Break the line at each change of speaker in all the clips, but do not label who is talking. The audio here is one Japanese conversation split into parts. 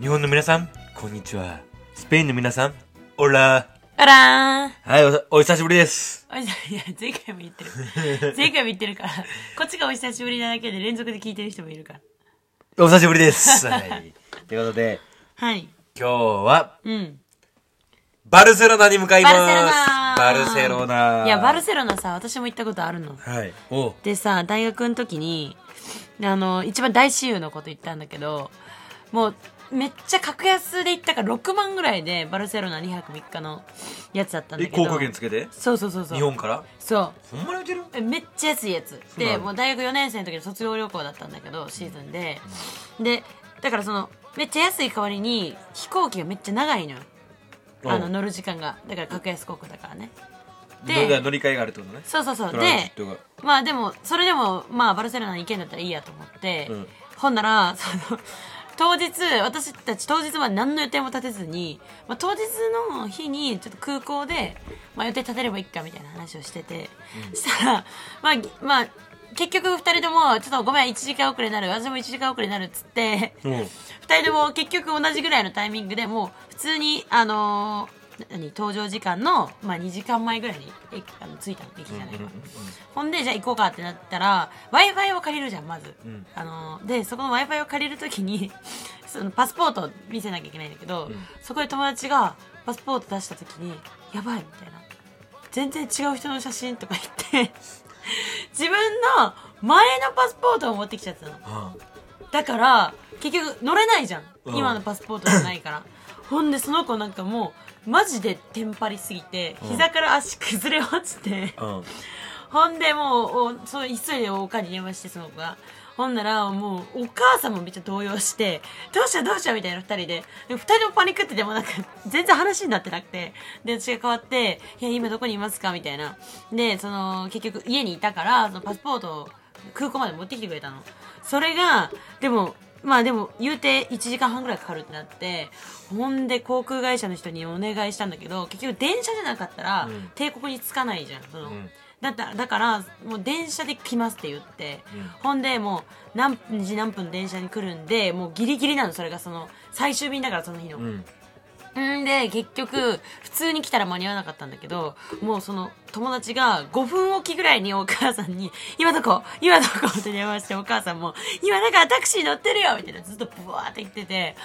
日本の皆さん、こんにちは。スペインの皆さん、オラ
あらーん
はいお、お久しぶりです。
あいやいや、前回も言っ てる。前回も言ってるから、こっちがお久しぶりなだけで連続で聞いてる人もいるから。
お久しぶり です。はい。ということで、
はい。
今日は、
うん。
バルセロナに向かいます。
バルセ
バルセロ
ロ
ナ。
いや、バルセロナさ、私も行ったことあるの。
はい。お
でさ、大学の時に、あの、一番大親友のこと言ったんだけど、もう、めっちゃ格安で行ったから6万ぐらいでバルセロナ2泊3日のやつだったん
え、
だけど。
高価券つけて
そうそうそうそう。
日本から
そう。
ほんまに売ってる
えめっちゃ安いやつ
うな
で
の
もう大学4年生の時の卒業旅行だったんだけどシーズンででだからそのめっちゃ安い代わりに飛行機がめっちゃ長いのよあ
う
の
ん
乗る時間がだから格安航空だからねで
どれだ乗り換えがあるってことね。
そうそうそう
トランジッ
で
トが。
まあでもそれでもまあバルセロナに行けんだったらいいやと思って、
うん
ほんならその当日私たち当日まで何の予定も立てずに、まあ、当日の日にちょっと空港で、まあ、予定立てればいいかみたいな話をしてて、したらまあぎまあ結局2人とも「ちょっとごめん1時間遅れになる私も1時間遅れになる」っつって
うん。
2人とも結局同じぐらいのタイミングでもう普通にあのーな何登場時間の、まあ、2時間前ぐらいに駅あの着いたの駅じゃないか、ほんでじゃあ行こうかってなったら w i f i を借りるじゃんまず、
ん
あのーでそこの w i f i を借りるときに そのパスポートを見せなきゃいけないんだけど、そこで友達がパスポート出したときにやばいみたいな全然違う人の写真とか言って自分の前のパスポートを持ってきちゃったの
あ
だから結局乗れないじゃん、
うん
今のパスポートじゃないから ほんでその子なんかもうマジでテンパりすぎて
うん
膝から足崩れ落ちて、
あうん。
ほんでもうおそう急いでおかに電話してその子がほんならもうお母さんもめっちゃ動揺してどうしたどうしたみたいな2人でで2人ともパニックってでもなんか全然話になってなくてで私が変わって「いや今どこにいますか?」みたいなでその結局家にいたからそのパスポートを空港まで持ってきてくれたのそれがでもまあでも言うて1時間半ぐらいかかるってなってほんで航空会社の人にお願いしたんだけど結局電車じゃなかったら
うん
帝国に着かないじゃんその、
うん
だっただからもう電車で来ますって言って、
うん
ほんでもう何時何分電車に来るんでもうギリギリなのそれがその最終便だからその日の、
うん。
んで結局普通に来たら間に合わなかったんだけどもうその友達が5分おきぐらいにお母さんに「今どこ今どこ?」って電話してお母さんも「今だからタクシー乗ってるよ」みたいなずっとブワーって言ってて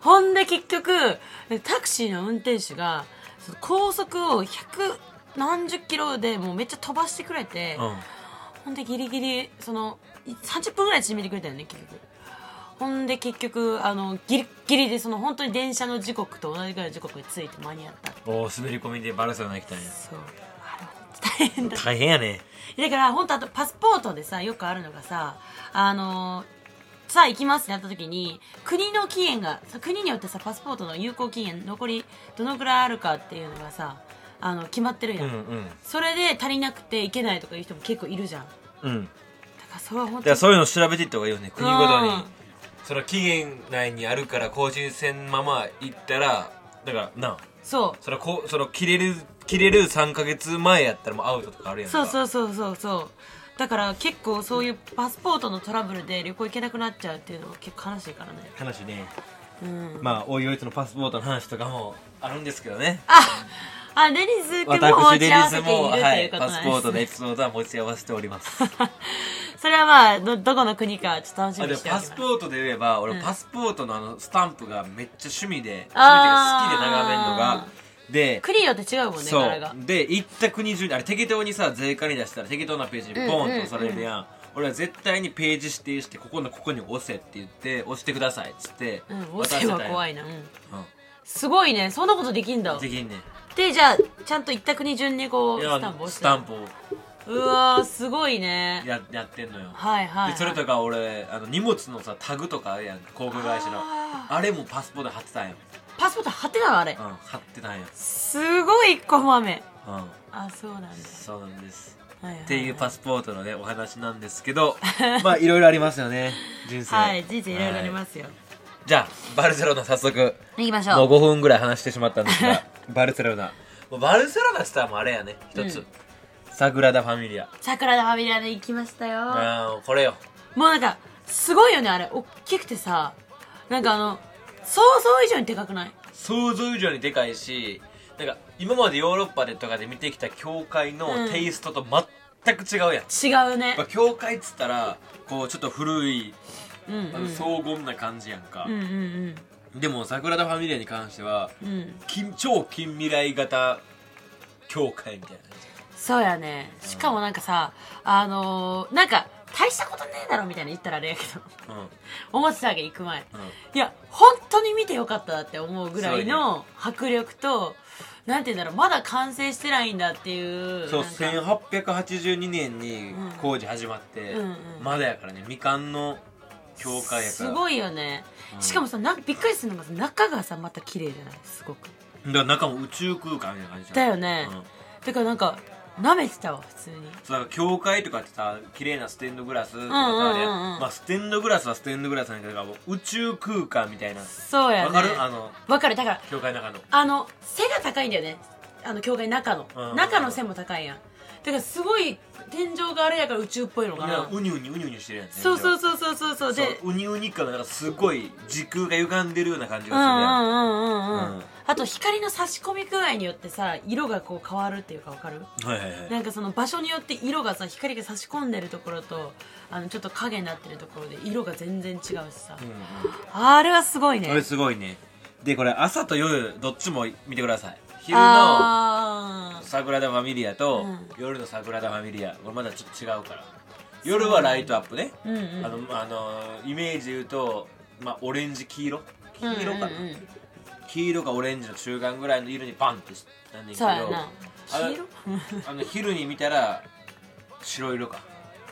ほんで結局タクシーの運転手がその高速を100何十キロでもうめっちゃ飛ばしてくれて。
うん。
ほんでギリギリそのい30分ぐらい縮めてくれたよね結局ほんで結局あのギリギリでその本当に電車の時刻と同じぐらいの時刻に着いて間に合った
おー、滑り込みでバルセロナ行きたんや。
そうあれ本当大変だ
大変やね。
だから本当あとパスポートでさよくあるのがさあのさあ行きますってなった時に国の期限がさ国によってさパスポートの有効期限残りどのぐらいあるかっていうのがさあの決まってるや、
うんんうん。
それで足りなくて行けないとかいう人も結構いるじゃんだ
うん。
からそれは本
だ
当
から
に
そういうの調べていった方がいいよね国ごとに、
うん
その期限内にあるから更新せんまま行ったらだからな
そう
それはこうその切れる切れる3か月前やったらもうアウトとかあるやんか
そうそううそうそうそうだから結構そういうパスポートのトラブルで旅行行けなくなっちゃうっていうのは結構悲しいからね
話ね
うん
まあおいおいそのパスポートの話とかもあるんですけどね
ああデニス君も持
私
ち
デ
合
ニ
わ
ス
せている
も
と
は
いう
い
こと
パ
な
スポー
ん
トの
で
エピソードは持ち合わせております
す それはまあどどこの国かちょっと楽し
あ
み
で
に
も
しておき
パ
ます
スポートで言えば俺
ん
パスポートのあのスタンプがめっちゃ趣味で、趣味っていう
あ
か
ー
好きで眺めるのがで
国によって違うもんね
そ
柄が
うで行った国中にあれ適当にさ税関に出したら適当なページにボーンと押されるやん,、俺は絶対にページ指定してここのここに押せって言って押してくださいっつって
うん押せは怖
い、
いな、うん、すごいねそんなことできん
う
だ
ん、できんね
でじゃあちゃんと行った国順にこ
いうや
スタンプ押し
ス
て
タンプを
うわーすごいね
ややってんのよ、
はいはい、はい、
でそれとか俺あの荷物のさタグとかあるやん航空会社のあ
あ
れもパスポート貼ってたんよ、
パスポート貼ってたのあれ
うん、貼ってたんよ、
すごいこまめ
うん、
あそうなんだ、
そうなんです
はいは
っていうパ
ス
スポートのねお話なんですけ どまあいろいろありますよね人生
はい人生いろいろあり
す
ますよ、
じゃあバルセロナ早速
行きまし
も
ょ
う
う
5分ぐらい話してしまったんです がバルセロナもうバルセロナって言ったらもうあれやね一つ、
うん
サグラダ・ファミリア
桜田ファミリアで行きましたよ
ああこれよ
もうなんかすごいよねあれおっきくてさなんかあの想像以上にでかくない
想像以上にでかいしなんか今までヨーロッパでとかで見てきた教会
う
の
ん
テイストと全く違うやん、
違うね
やっぱ教会っつったらこうちょっと古い
うんうん
あの荘厳な感じやんか
うん、うん
でも桜田ファミリアに関しては
うんうん
近超近未来型教会みたいな
そうやねしかもなんかさあのー、なんか大したことねえだろみたいな言ったらあれやけど
うん
思ってたわけ行く前
うん
いや本当に見てよかったなって思うぐらいの迫力となんて言うんだろうまだ完成してないんだっていう
そう
なんか
1882年に
うん
工事始まって、
うんうん
まだやからね未完の教会やから
すごいよね、
うん
しかもさなんかびっくりするのがさ中がさまた綺麗じゃないすごく
だから中も宇宙空間みたいな感じじ
だ
ゃん
よね
うん
だからなんか舐めてたわ普通に
そうだから教会とかってさ綺麗なステンドグラスとか
うんうんうん
さ
うん
あれまあステンドグラスはステンドグラスなんだけどもう宇宙空間みたいな
そうやね
わかるあの
わかるだから
教会の中の
あの背が高いんだよねあの教会中の、
うん
中の背も高いやんだからすごい天井があれやから宇宙っぽいのか
いや
な
ウニウニウニウニしてるやんね
そうそう
そ
そうそうそうそう
う
で
ウニウニ感がなんかすごい時空が歪んでるような感じ
う
が
んう
するやん、
んうんうんうん、
うん
あと光の差し込み具合によってさ色がこう変わるっていうかわかる
はいはいはい
なんかその場所によって色がさ光が差し込んでるところとあのちょっと影になってるところで色が全然違うしさ、
うんうん
あれはすごいね
これすごいねでこれ朝と夜どっちも見てください昼の
あー
サグラダ・ファミリアと、
うん
夜のサグラダ・ファミリアこれまだちょっと違うから夜はライトアップね、
うんうん
あのあのイメージで言うと、まあ、オレンジ黄色黄色かな、
うんうんうん
黄色かオレンジの中間ぐらいの色にバンってなんねんけ
そ
ど
うやな
あ
黄
れ
色
あの昼に見たら白色か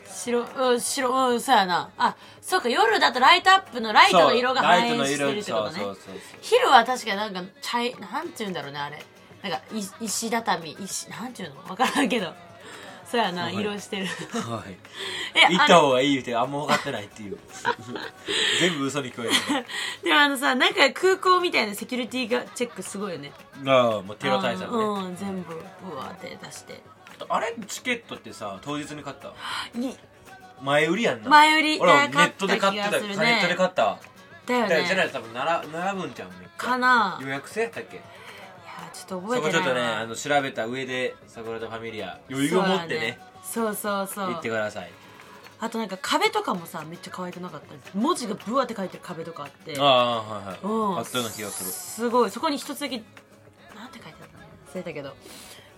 白うん白うんそうやなあそうか夜だとライトアップのライトの色が反映してるってこと
そうラ
ね
イトの色そうそうそう
昼は確かになんか茶いなんて言うんだろうねあれなんかい石畳石なんて言うの分からんけどそうやな、
はい
色してる
はい
えあ
行
の
った方がいいってあんま分かってないって いう全部嘘に聞こえる
でもあのさなんか空港みたいなセキュリティがチェックすごいよね
ああもうテロ対策ね
あーうん全部うわーって出して
あれチケットってさ当日に買った
に
前売りやんな
前売りで
俺は
買
ネ
った
ットで買ってた
気がするね
ネットで買ったわ
だよ
だからじゃない
ね
と多分並並ぶんじゃんめっちゃ
かな
予約制やったっけ
いやちょっと覚え
そ
てな
こ
い
ちょっとね
わ
あの調べた上で桜田ファミリア余裕を持ってね
そうやねそうそうそう
行ってください
あとなんか壁とかもさめっちゃ可愛くなかった文字がブワーって書いてる壁とかあって
ああはいはい
うん
あったような気がす
すごいそこに一つだけなんて書いてあったの忘れたけど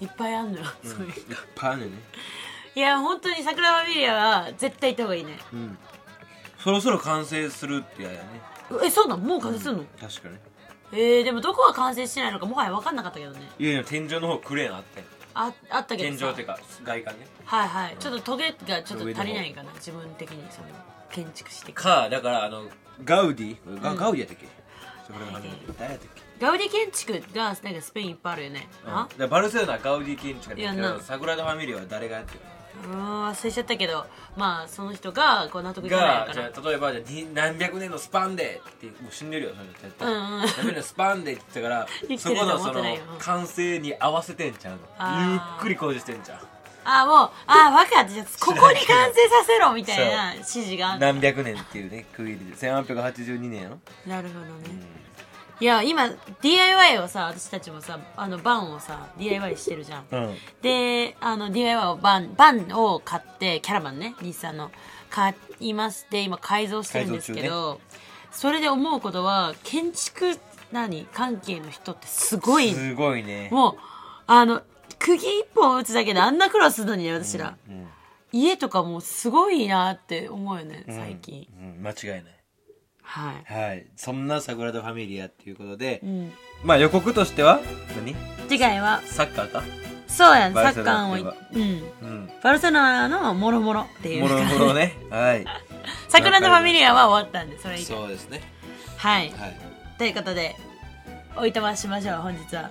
いっぱいあんのよ、
る
そういう
いっぱいあるね
いや本当に桜ファミリアは絶対行った方がいいね
うんそろそろ完成するってやだよね
えそうなのもう完成するの、
確かね
えー、でもどこが完成してないのかもはや分かんなかったけどね
いやいや天井の方クレーンあったよ
ああったけ
天
ど
井
さ
っていうか外観ね
はいはいちょっとトゲがちょっと足りないかな自分的にその建築士的に
かだからあのガウディガ,、
うん
ガウディやったっけそれの話誰やったっけ
ガウディ建築がなんかスペインいっぱいあるよね、
うん
あ
でバルセロナはガウディ建築やったけ
いや
ど
な
サグラダ・ファミリアは誰がやってる
うーん忘れちゃったけどまあその人がこう納得いかない
が
のか
じ
ら
ゃあ例えばじゃあに何百年のスパンでってもう死んでるよそれ絶対、
うんうん
何百年のスパンでって言ったか
生
ら
きて
そ
る
こ
と思
の
っ
そ
て
の
ないよ
完成に合わせてんちゃうのゆっ
あー
くり工事してんちゃ
あもうあ分かったじゃあここに完成させろみたいな指示があ
う
っ
何百年っていうね区切りで1882年やろ
なるほどね、いや今 DIY をさ私たちもさあのバンをさ DIY してるじゃん
うん
であの DIY をバンバンを買ってキャラバンね日産の買いますで今改造してるんですけ
改
ど、それで思うことは建築何関係の人ってすごい
すごいね
もうあの釘一本打つだけであんな苦労するのにね私ら、
うん
家とかもすごいなって思うよね
うん
最近、
うん間違いない
はい、
はいそんなサグラダ・ファミリアっていうことで
うん、
まあ予告としては何
次回は
サッカーか
そうやねサ
バルセ
ッ
ロ
カー
ナ
を
といえ
い
ば
う
う
ん
ん
バルセロナのもろもろっていう
もろ
か
もろねはい
桜のファミリアは終わったんでそれ以外
そうですね
はい
はい
ということでおいとましましょう本日は